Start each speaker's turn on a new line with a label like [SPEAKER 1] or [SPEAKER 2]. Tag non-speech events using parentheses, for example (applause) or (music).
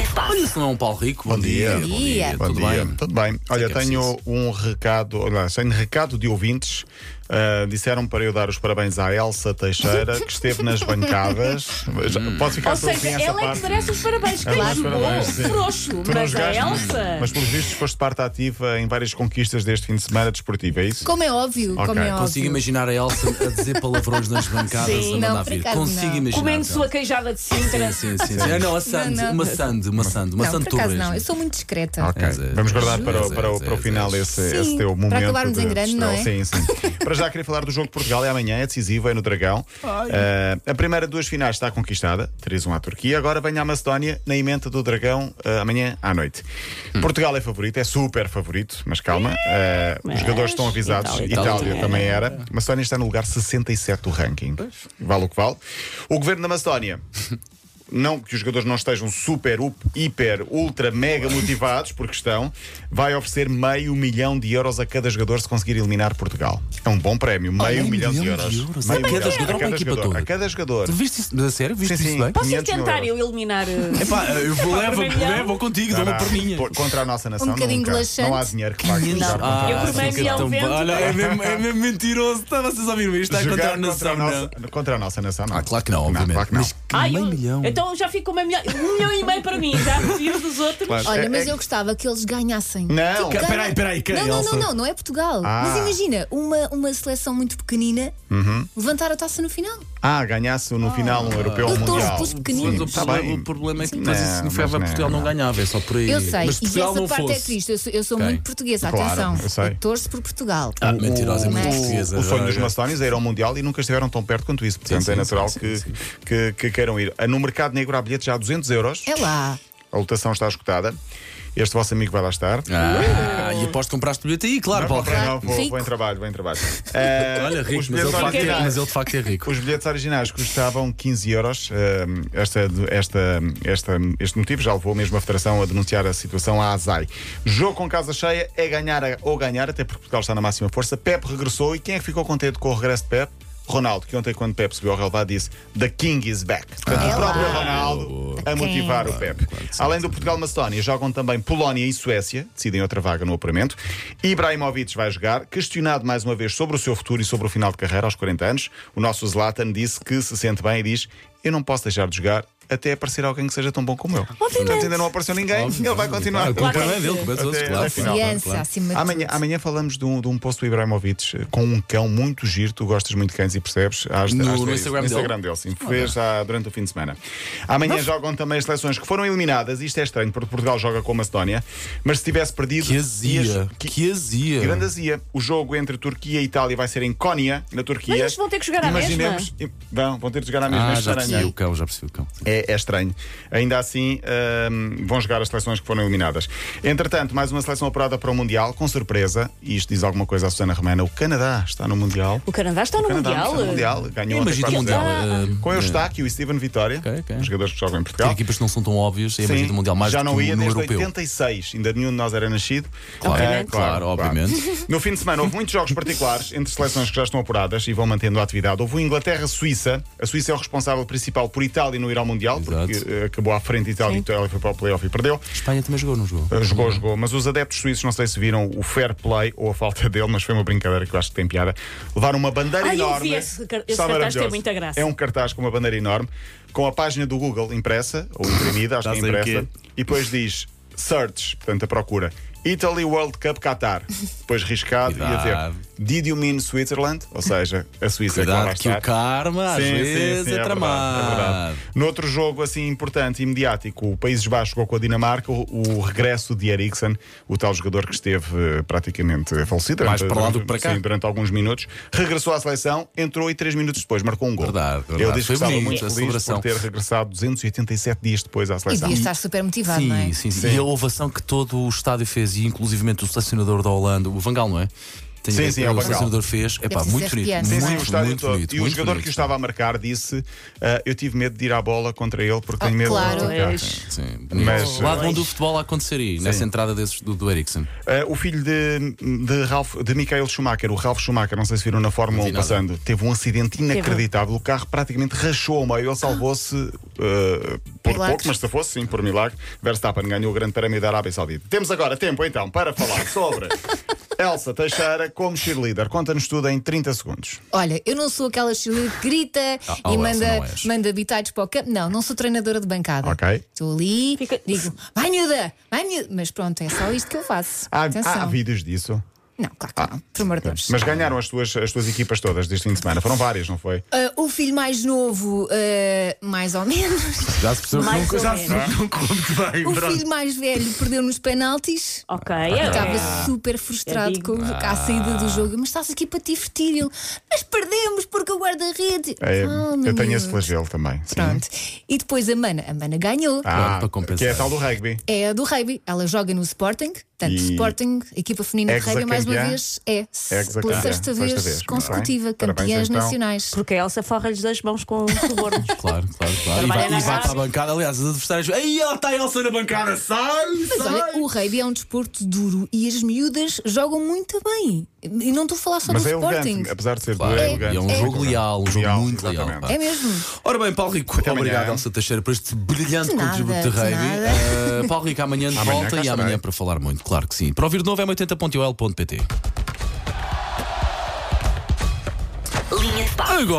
[SPEAKER 1] espaço.
[SPEAKER 2] Olha, se não é um Paulo Rico. Bom,
[SPEAKER 3] Bom
[SPEAKER 2] dia.
[SPEAKER 3] dia.
[SPEAKER 2] Bom
[SPEAKER 1] Dia.
[SPEAKER 2] dia.
[SPEAKER 3] Bom
[SPEAKER 2] Tudo
[SPEAKER 3] dia.
[SPEAKER 2] bem?
[SPEAKER 3] Tudo bem. Olha,
[SPEAKER 2] que é
[SPEAKER 3] tenho
[SPEAKER 2] preciso.
[SPEAKER 3] um recado, olha, tenho recado de ouvintes. Ah, disseram para eu dar os parabéns à Elsa Teixeira, que esteve
[SPEAKER 2] (laughs)
[SPEAKER 3] nas bancadas. Já-
[SPEAKER 2] Hum.
[SPEAKER 3] Posso ficar
[SPEAKER 1] Ou
[SPEAKER 3] sozinha
[SPEAKER 1] seja,
[SPEAKER 3] essa
[SPEAKER 1] ela é que
[SPEAKER 3] parte?
[SPEAKER 1] merece os
[SPEAKER 4] (laughs)
[SPEAKER 1] parabéns. Quem
[SPEAKER 3] Claro,
[SPEAKER 1] jogou?
[SPEAKER 3] parabéns, sim.
[SPEAKER 1] Frouxo.
[SPEAKER 3] Tu não
[SPEAKER 1] Mas a
[SPEAKER 3] jogaste,
[SPEAKER 1] Elsa.
[SPEAKER 3] Mas, pelos vistos, foste parte ativa em várias conquistas deste fim de semana desportivo, é isso?
[SPEAKER 4] Como é óbvio,
[SPEAKER 3] Ok,
[SPEAKER 4] como é
[SPEAKER 3] consigo
[SPEAKER 4] óbvio.
[SPEAKER 2] Consigo imaginar a Elsa a dizer palavrões nas bancadas
[SPEAKER 1] Sim,
[SPEAKER 2] a mandar
[SPEAKER 4] não, por
[SPEAKER 2] vir.
[SPEAKER 4] acaso
[SPEAKER 2] Consigo
[SPEAKER 4] não.
[SPEAKER 2] imaginar.
[SPEAKER 1] Comendo
[SPEAKER 2] tá?
[SPEAKER 1] sua queijada de
[SPEAKER 2] Sim,
[SPEAKER 1] Sintra.
[SPEAKER 2] sim, sim. sim. Ah, não, a Sand,
[SPEAKER 4] não.
[SPEAKER 2] uma Sand, uma Sand, uma
[SPEAKER 4] não,
[SPEAKER 2] Sand
[SPEAKER 4] por acaso não, eu
[SPEAKER 2] Torres.
[SPEAKER 4] sou muito discreta.
[SPEAKER 3] Ok,
[SPEAKER 2] É, Zé,
[SPEAKER 3] vamos
[SPEAKER 2] Zé,
[SPEAKER 3] guardar
[SPEAKER 2] Zé,
[SPEAKER 3] para, o-
[SPEAKER 2] Zé,
[SPEAKER 3] para, o-
[SPEAKER 2] Zé,
[SPEAKER 3] para o
[SPEAKER 2] Zé,
[SPEAKER 3] final
[SPEAKER 2] Zé.
[SPEAKER 3] esse,
[SPEAKER 4] Sim,
[SPEAKER 3] esse teu
[SPEAKER 4] para
[SPEAKER 3] momento.
[SPEAKER 4] acabarmos
[SPEAKER 3] de-
[SPEAKER 4] em grande,
[SPEAKER 3] de
[SPEAKER 4] não é?
[SPEAKER 3] estrela. Sim,
[SPEAKER 4] (laughs)
[SPEAKER 3] sim. para já queria falar do jogo de Portugal e amanhã é decisivo, é no Dragão. Ah, a primeira de duas finais está conquistada, 3-1 à Turquia. Agora vem à Macedónia na emenda do Dragão ah, amanhã à noite. Portugal é favorito, é super favorito, mas calma, ah, os
[SPEAKER 1] Mas
[SPEAKER 3] jogadores estão avisados.
[SPEAKER 1] Itália
[SPEAKER 3] Itália,
[SPEAKER 2] também era.
[SPEAKER 3] também era. Macedónia está no lugar 67 do ranking. Vale o que vale. O governo da Macedónia não que os jogadores não estejam super, up- hiper, ultra, mega motivados, porque estão, vai oferecer meio milhão de euros a cada jogador se conseguir eliminar Portugal. É um bom prémio, meio milhão, de euros.
[SPEAKER 2] A
[SPEAKER 3] Meio
[SPEAKER 2] cada
[SPEAKER 3] milhão.
[SPEAKER 2] jogador ou
[SPEAKER 3] a
[SPEAKER 2] uma
[SPEAKER 3] cada
[SPEAKER 2] equipa
[SPEAKER 3] jogador.
[SPEAKER 2] toda?
[SPEAKER 3] A cada jogador.
[SPEAKER 2] Tu viste isso? Mas a sério? Viste
[SPEAKER 3] Sim,
[SPEAKER 2] isso
[SPEAKER 3] sim.
[SPEAKER 2] bem?
[SPEAKER 1] Posso
[SPEAKER 3] 500
[SPEAKER 1] tentar
[SPEAKER 3] mil É
[SPEAKER 1] eu eliminar. eh,
[SPEAKER 2] Epá, eu vou levar,
[SPEAKER 1] Meio milhão.
[SPEAKER 2] vou contigo, dou uma
[SPEAKER 3] Não,
[SPEAKER 2] por minha.
[SPEAKER 3] por- Contra a nossa nação.
[SPEAKER 4] Um bocadinho
[SPEAKER 3] nunca.
[SPEAKER 4] relaxante.
[SPEAKER 3] Não há dinheiro que pague.
[SPEAKER 2] Não.
[SPEAKER 3] jogar contra a
[SPEAKER 1] Eu
[SPEAKER 3] nossa
[SPEAKER 1] prometo
[SPEAKER 2] fica
[SPEAKER 1] e ao
[SPEAKER 2] tão
[SPEAKER 1] vento.
[SPEAKER 2] bom. Olha, é mesmo, é mesmo mentiroso. Estava vocês a ouvir isto. Está a
[SPEAKER 3] Jogar
[SPEAKER 2] Ah, contra a nação, não.
[SPEAKER 3] nossa, contra a nossa nação, não.
[SPEAKER 2] Ah, claro que não, obviamente.
[SPEAKER 3] claro que não.
[SPEAKER 2] Mas que
[SPEAKER 1] Ah,
[SPEAKER 2] meio
[SPEAKER 1] eu-
[SPEAKER 2] milhão.
[SPEAKER 1] Então já fico uma milhão, um milhão e meio para mim, já e os dos outros.
[SPEAKER 3] Claro.
[SPEAKER 4] Olha,
[SPEAKER 3] É-
[SPEAKER 4] mas
[SPEAKER 3] é-
[SPEAKER 4] eu gostava que eles ganhassem. Tipo,
[SPEAKER 3] Não.
[SPEAKER 2] Fica- Peraí, peraí, quem,
[SPEAKER 4] Não, não,
[SPEAKER 2] Elsa?
[SPEAKER 4] não, não, não é Portugal.
[SPEAKER 3] Ah.
[SPEAKER 4] Mas imagina, uma, uma seleção muito pequenina levantar a taça no final.
[SPEAKER 3] Ah, ganhasse no final
[SPEAKER 2] Ah.
[SPEAKER 3] um europeu ou um
[SPEAKER 4] Eu torço
[SPEAKER 3] mundial.
[SPEAKER 4] pelos pequeninos.
[SPEAKER 3] Sim,
[SPEAKER 2] Mas o,
[SPEAKER 3] está
[SPEAKER 2] problema,
[SPEAKER 3] bem.
[SPEAKER 2] o problema é que
[SPEAKER 3] Sim.
[SPEAKER 2] depois isso
[SPEAKER 3] Não,
[SPEAKER 2] no Feba
[SPEAKER 3] mas
[SPEAKER 2] Portugal não,
[SPEAKER 3] não.
[SPEAKER 2] ganhava, é só por aí.
[SPEAKER 4] Eu sei,
[SPEAKER 2] Mas
[SPEAKER 4] e
[SPEAKER 2] Portugal
[SPEAKER 4] essa
[SPEAKER 2] não
[SPEAKER 4] parte
[SPEAKER 2] fosse.
[SPEAKER 4] é triste. Eu sou, eu sou
[SPEAKER 2] Ok.
[SPEAKER 4] muito portuguesa,
[SPEAKER 3] Claro,
[SPEAKER 4] atenção.
[SPEAKER 3] eu sei.
[SPEAKER 4] torço por Portugal.
[SPEAKER 2] Ah, mentirosa, é muito
[SPEAKER 3] hum.
[SPEAKER 4] Mas-
[SPEAKER 2] portuguesa.
[SPEAKER 3] O sonho dos
[SPEAKER 2] olha.
[SPEAKER 3] macedónios é ir ao Mundial e nunca estiveram tão perto quanto isso. Portanto,
[SPEAKER 2] Sim,
[SPEAKER 3] é
[SPEAKER 2] sim,
[SPEAKER 3] natural
[SPEAKER 2] sim,
[SPEAKER 3] que,
[SPEAKER 2] sim,
[SPEAKER 3] Que, que queiram ir. No mercado negro há bilhetes já a 200 euros.
[SPEAKER 4] É lá.
[SPEAKER 3] A lotação está esgotada. Este vosso amigo vai lá estar.
[SPEAKER 2] Ah, e aposto que compraste o bilhete aí, claro, Paulo.
[SPEAKER 3] Não, não, vou,
[SPEAKER 4] Rico.
[SPEAKER 3] vou em trabalho, vou
[SPEAKER 2] (laughs)
[SPEAKER 3] em trabalho. Eh,
[SPEAKER 2] Olha, rico,
[SPEAKER 3] os
[SPEAKER 2] mas ele, de
[SPEAKER 3] bilhetes
[SPEAKER 2] facto é,
[SPEAKER 3] originais-
[SPEAKER 2] mas ele de facto é rico.
[SPEAKER 3] os bilhetes originais custavam 15 euros. Eh, esta, esta, esta, este motivo já levou mesmo a Federação a denunciar a situação à ASAI. Jogo com casa cheia é ganhar a- ou ganhar, até porque Portugal está na máxima força. Pep regressou e quem é que ficou contente com o regresso de Pep? Ronaldo, que ontem, quando Pep subiu ao relevado, disse The King is back. Portanto, o próprio Ronaldo a motivar o Pep. Além do Portugal-Macedónia, jogam também Polónia e Suécia, decidem outra vaga no apuramento. Ibrahimovic vai jogar, questionado mais uma vez sobre o seu futuro e sobre o final de carreira aos 40 anos. O nosso Zlatan disse que se sente bem e diz: Eu não posso deixar de jogar até aparecer alguém que seja tão bom como eu. Portanto, ainda não apareceu ninguém, ele vai continuar.
[SPEAKER 2] A culpa não é
[SPEAKER 1] Até-
[SPEAKER 2] dele, culpa é dos outros,
[SPEAKER 3] até-
[SPEAKER 2] claro.
[SPEAKER 3] até final,
[SPEAKER 2] claro,
[SPEAKER 4] Criança,
[SPEAKER 2] claro.
[SPEAKER 1] é
[SPEAKER 4] acima de
[SPEAKER 3] Amanhã,
[SPEAKER 4] tudo.
[SPEAKER 3] amanhã falamos de um, de um post do Ibrahimovic eh, com um cão muito giro. Tu gostas muito de cães e percebes? Às,
[SPEAKER 2] No-
[SPEAKER 3] às
[SPEAKER 2] no
[SPEAKER 3] vezes,
[SPEAKER 2] Instagram
[SPEAKER 3] dele. sim. Fez já durante o fim de semana. Amanhã jogam também as seleções que foram eliminadas. Isto é estranho, porque Portugal joga com a Macedónia. Mas se tivesse perdido.
[SPEAKER 2] Que
[SPEAKER 3] ias-
[SPEAKER 2] azia,
[SPEAKER 3] que-
[SPEAKER 2] que azia. Ah,
[SPEAKER 3] Grande azia. O jogo entre Turquia e Itália vai ser em Cónia, na Turquia.
[SPEAKER 1] Mas eles vão ter que jogar à
[SPEAKER 3] Imaginemos, mesma. Vão, vão ter que jogar à mesma.
[SPEAKER 2] Ah,
[SPEAKER 3] É
[SPEAKER 2] já
[SPEAKER 3] estranho.
[SPEAKER 2] percebi o cão, já percebi o cão.
[SPEAKER 3] É, é estranho. Ainda assim, hum, vão jogar as seleções que foram eliminadas. Entretanto, mais uma seleção apurada para o Mundial, com surpresa, e isto diz alguma coisa à Susana Romana: o Canadá está no Mundial.
[SPEAKER 1] O Canadá está
[SPEAKER 3] O
[SPEAKER 1] no
[SPEAKER 3] Canadá
[SPEAKER 1] Mundial.
[SPEAKER 3] está no Mundial, ganhou ontem
[SPEAKER 2] Imagina o
[SPEAKER 3] 4-0.
[SPEAKER 2] é Mundial.
[SPEAKER 1] Ah.
[SPEAKER 2] eh,
[SPEAKER 3] Com o Eustáquio e Steven Vitória,
[SPEAKER 2] Ok, ok.
[SPEAKER 3] os jogadores que jogam em
[SPEAKER 2] Tem
[SPEAKER 3] Portugal.
[SPEAKER 2] equipas que não são tão óbvias, é a magia do Mundial, mais
[SPEAKER 3] já
[SPEAKER 2] do
[SPEAKER 3] não
[SPEAKER 2] que
[SPEAKER 3] ia
[SPEAKER 2] no
[SPEAKER 3] desde
[SPEAKER 2] Europeu.
[SPEAKER 3] 86, ainda nenhum de nós era nascido.
[SPEAKER 2] Claro,
[SPEAKER 3] É,
[SPEAKER 2] claro, obviamente.
[SPEAKER 3] (laughs) No fim de semana houve muitos jogos particulares entre seleções que já estão apuradas e vão mantendo a atividade. Houve o Inglaterra-Suíça. A Suíça é o responsável principal por Itália não ir ao Mundial,
[SPEAKER 2] Exato.
[SPEAKER 3] porque eh, acabou à frente de Itália e Itália foi para o playoff e perdeu.
[SPEAKER 2] Espanha também jogou, não jogou?
[SPEAKER 3] Eh, Jogou, jogou, mas os adeptos suíços, não sei se viram o fair play ou a falta (laughs) dele, mas foi uma brincadeira que eu acho que tem piada. Levaram uma bandeira
[SPEAKER 1] Ah, eu vi
[SPEAKER 3] enorme.
[SPEAKER 1] esse car- esse cartaz, tem
[SPEAKER 3] Está maravilhoso.
[SPEAKER 1] muita graça.
[SPEAKER 3] É um cartaz com uma bandeira enorme, com a página do Google impressa, ou imprimida, acho que é
[SPEAKER 2] Estás Tá a ver o
[SPEAKER 3] impressa, e depois diz search, portanto a procura. Italy World Cup Qatar. Depois riscado e a dizer
[SPEAKER 2] Cuidado.
[SPEAKER 3] Did you mean Switzerland? Ou seja, a Suíça é que lá vai
[SPEAKER 2] Cuidado que
[SPEAKER 3] estar.
[SPEAKER 2] o karma às
[SPEAKER 3] Sim, sim,
[SPEAKER 2] vezes
[SPEAKER 3] sim,
[SPEAKER 2] é,
[SPEAKER 3] verdade, é
[SPEAKER 2] tramado.
[SPEAKER 3] verdade. No outro jogo assim importante e mediático, o Países Baixos jogou com a Dinamarca, o, o regresso de Eriksen, o tal jogador que esteve eh, praticamente falecido.
[SPEAKER 2] Mais
[SPEAKER 3] durante-
[SPEAKER 2] para lá do que para cá.
[SPEAKER 3] Sim, durante alguns minutos. Regressou à seleção, entrou e três minutos depois marcou um gol.
[SPEAKER 2] Verdade, verdade.
[SPEAKER 3] Ele disse que
[SPEAKER 2] Foi
[SPEAKER 3] estava
[SPEAKER 2] bonito,
[SPEAKER 3] muito
[SPEAKER 2] a
[SPEAKER 3] feliz
[SPEAKER 2] celebração.
[SPEAKER 3] por ter regressado 287 dias depois à
[SPEAKER 4] E
[SPEAKER 3] seleção.
[SPEAKER 4] devia estar super motivado, não é?
[SPEAKER 2] Sim, sim, sim. E a ovação que todo o estádio fez, e inclusivamente o selecionador da Holanda, o Vangal, não é? Tenho
[SPEAKER 3] Sim,
[SPEAKER 2] ideia
[SPEAKER 3] sim,
[SPEAKER 2] que
[SPEAKER 3] é o
[SPEAKER 2] o
[SPEAKER 3] Van Gaal.
[SPEAKER 2] selecionador fez. É pá,
[SPEAKER 4] Deve
[SPEAKER 2] muito
[SPEAKER 4] ser
[SPEAKER 2] bonito.
[SPEAKER 4] arrepiante.
[SPEAKER 3] Sim, sim,
[SPEAKER 2] muito,
[SPEAKER 3] o estádio
[SPEAKER 2] muito
[SPEAKER 3] todo.
[SPEAKER 2] bonito.
[SPEAKER 3] e o
[SPEAKER 2] muito
[SPEAKER 3] jogador
[SPEAKER 2] bonito,
[SPEAKER 3] que o estava a marcar disse: "Ah, Eu tive medo de ir à bola contra ele porque tenho medo
[SPEAKER 1] eh,
[SPEAKER 4] claro.
[SPEAKER 3] de
[SPEAKER 4] é
[SPEAKER 3] marcar."
[SPEAKER 1] Pois.
[SPEAKER 2] Sim,
[SPEAKER 3] Mas,
[SPEAKER 2] Mas, o lado bom
[SPEAKER 3] eh,
[SPEAKER 2] do futebol a acontecer aí, nessa entrada desses, do, do Ericsson.
[SPEAKER 3] Uh, o filho de, de, Ralph, de Michael Schumacher, o Ralph Schumacher, não sei se viram na Fórmula
[SPEAKER 2] vi
[SPEAKER 3] 1
[SPEAKER 2] nada.
[SPEAKER 4] um.
[SPEAKER 3] passando, teve um acidente inacreditável. O carro praticamente rachou ao meio, ele salvou-se eh, por
[SPEAKER 4] Milagres.
[SPEAKER 3] pouco, mas se fosse, sim, por milagre, Verstappen ganhou o Grande Prémio da Arábia Saudita. Temos agora tempo então para falar
[SPEAKER 4] (laughs)
[SPEAKER 3] sobre Elsa Teixeira como cheerleader. Conta-nos tudo em 30 segundos.
[SPEAKER 4] Olha, eu não sou aquela chile que grita
[SPEAKER 2] ah,
[SPEAKER 4] e
[SPEAKER 2] Elsa,
[SPEAKER 4] manda,
[SPEAKER 2] não és.
[SPEAKER 4] manda bitites para o campo. Não, não sou treinadora de bancada.
[SPEAKER 3] Ok.
[SPEAKER 4] Estou ali,
[SPEAKER 1] Fica-
[SPEAKER 4] digo, vai miúda, vai miúda. Mas pronto, é só isto que eu faço.
[SPEAKER 3] Há,
[SPEAKER 4] Atenção.
[SPEAKER 3] há vídeos disso.
[SPEAKER 4] Não, claro que não. Por amor de Deus.
[SPEAKER 3] Ah, Mas ganharam as tuas, as tuas equipas todas deste fim de semana. Foram várias, não foi?
[SPEAKER 4] Ah, o filho mais novo, ah, mais ou menos.
[SPEAKER 2] Já se percebeu
[SPEAKER 1] Mais
[SPEAKER 2] que
[SPEAKER 1] ou
[SPEAKER 2] nunca, já se
[SPEAKER 1] menos.
[SPEAKER 2] percebeu que nunca correu bem.
[SPEAKER 4] O
[SPEAKER 2] pronto.
[SPEAKER 4] filho mais velho perdeu nos penaltis.
[SPEAKER 1] Ok, é.
[SPEAKER 4] Estava super
[SPEAKER 1] Eu
[SPEAKER 4] frustrado
[SPEAKER 1] digo.
[SPEAKER 4] com o- com a saída
[SPEAKER 3] Ah.
[SPEAKER 4] do jogo. Mas estás aqui para te divertir. Ele, Mas perdemos porque o guarda-rede.
[SPEAKER 3] É,
[SPEAKER 4] Calma,
[SPEAKER 3] eu tenho
[SPEAKER 4] miúdo.
[SPEAKER 3] esse flagelo também. sim.
[SPEAKER 4] Ah, Pronto. E depois a Mana. A Mana ganhou.
[SPEAKER 3] Ah,
[SPEAKER 2] Para compensar.
[SPEAKER 3] que é a tal do rugby.
[SPEAKER 4] É a do rugby. Ela joga no Sporting. Portanto,
[SPEAKER 3] E-
[SPEAKER 4] Sporting, equipa feminina de rugby, mais uma
[SPEAKER 3] Ex-campeã?
[SPEAKER 4] vez. É. se-
[SPEAKER 3] Ex-campeã.
[SPEAKER 4] Pela sexta
[SPEAKER 3] Sexta
[SPEAKER 4] vez,
[SPEAKER 3] vez.
[SPEAKER 4] consecutiva.
[SPEAKER 3] Muito bem. Parabéns,
[SPEAKER 4] Campeãs
[SPEAKER 3] então.
[SPEAKER 4] nacionais.
[SPEAKER 1] Porque a Elsa forra-lhes das mãos com subornos.
[SPEAKER 2] Claro, claro, claro. E
[SPEAKER 1] Trabalha
[SPEAKER 2] vai,
[SPEAKER 1] na
[SPEAKER 2] e vai
[SPEAKER 1] rádio.
[SPEAKER 2] para a bancada. Aliás, os adversários. Aí ela está a Elsa na bancada. Sai,
[SPEAKER 4] Mas olha,
[SPEAKER 2] sai.
[SPEAKER 4] o rugby é um desporto duro e as miúdas jogam muito bem. E não estou a falar só
[SPEAKER 3] Mas
[SPEAKER 4] do
[SPEAKER 3] é
[SPEAKER 4] Sporting.
[SPEAKER 3] elegante, apesar de ser
[SPEAKER 2] Claro,
[SPEAKER 3] duro, é
[SPEAKER 2] e
[SPEAKER 3] elegante.
[SPEAKER 2] é um jogo leal, um jogo muito leal,
[SPEAKER 3] exatamente.
[SPEAKER 2] pá.
[SPEAKER 4] É mesmo.
[SPEAKER 2] Ora bem, Paulo Rico,
[SPEAKER 3] amanhã.
[SPEAKER 2] obrigado, Elsa Teixeira, por este brilhante
[SPEAKER 4] De nada,
[SPEAKER 2] contributo de
[SPEAKER 4] de
[SPEAKER 2] rugby.
[SPEAKER 4] nada.
[SPEAKER 2] Eh, Paulo Rico, amanhã de
[SPEAKER 3] Amanhã
[SPEAKER 2] volta
[SPEAKER 3] cá
[SPEAKER 2] e amanhã
[SPEAKER 3] estarei.
[SPEAKER 2] para falar muito, claro que sim. Para ouvir de novo é 80.ol.pt.
[SPEAKER 5] Linha de passe.
[SPEAKER 2] Agora.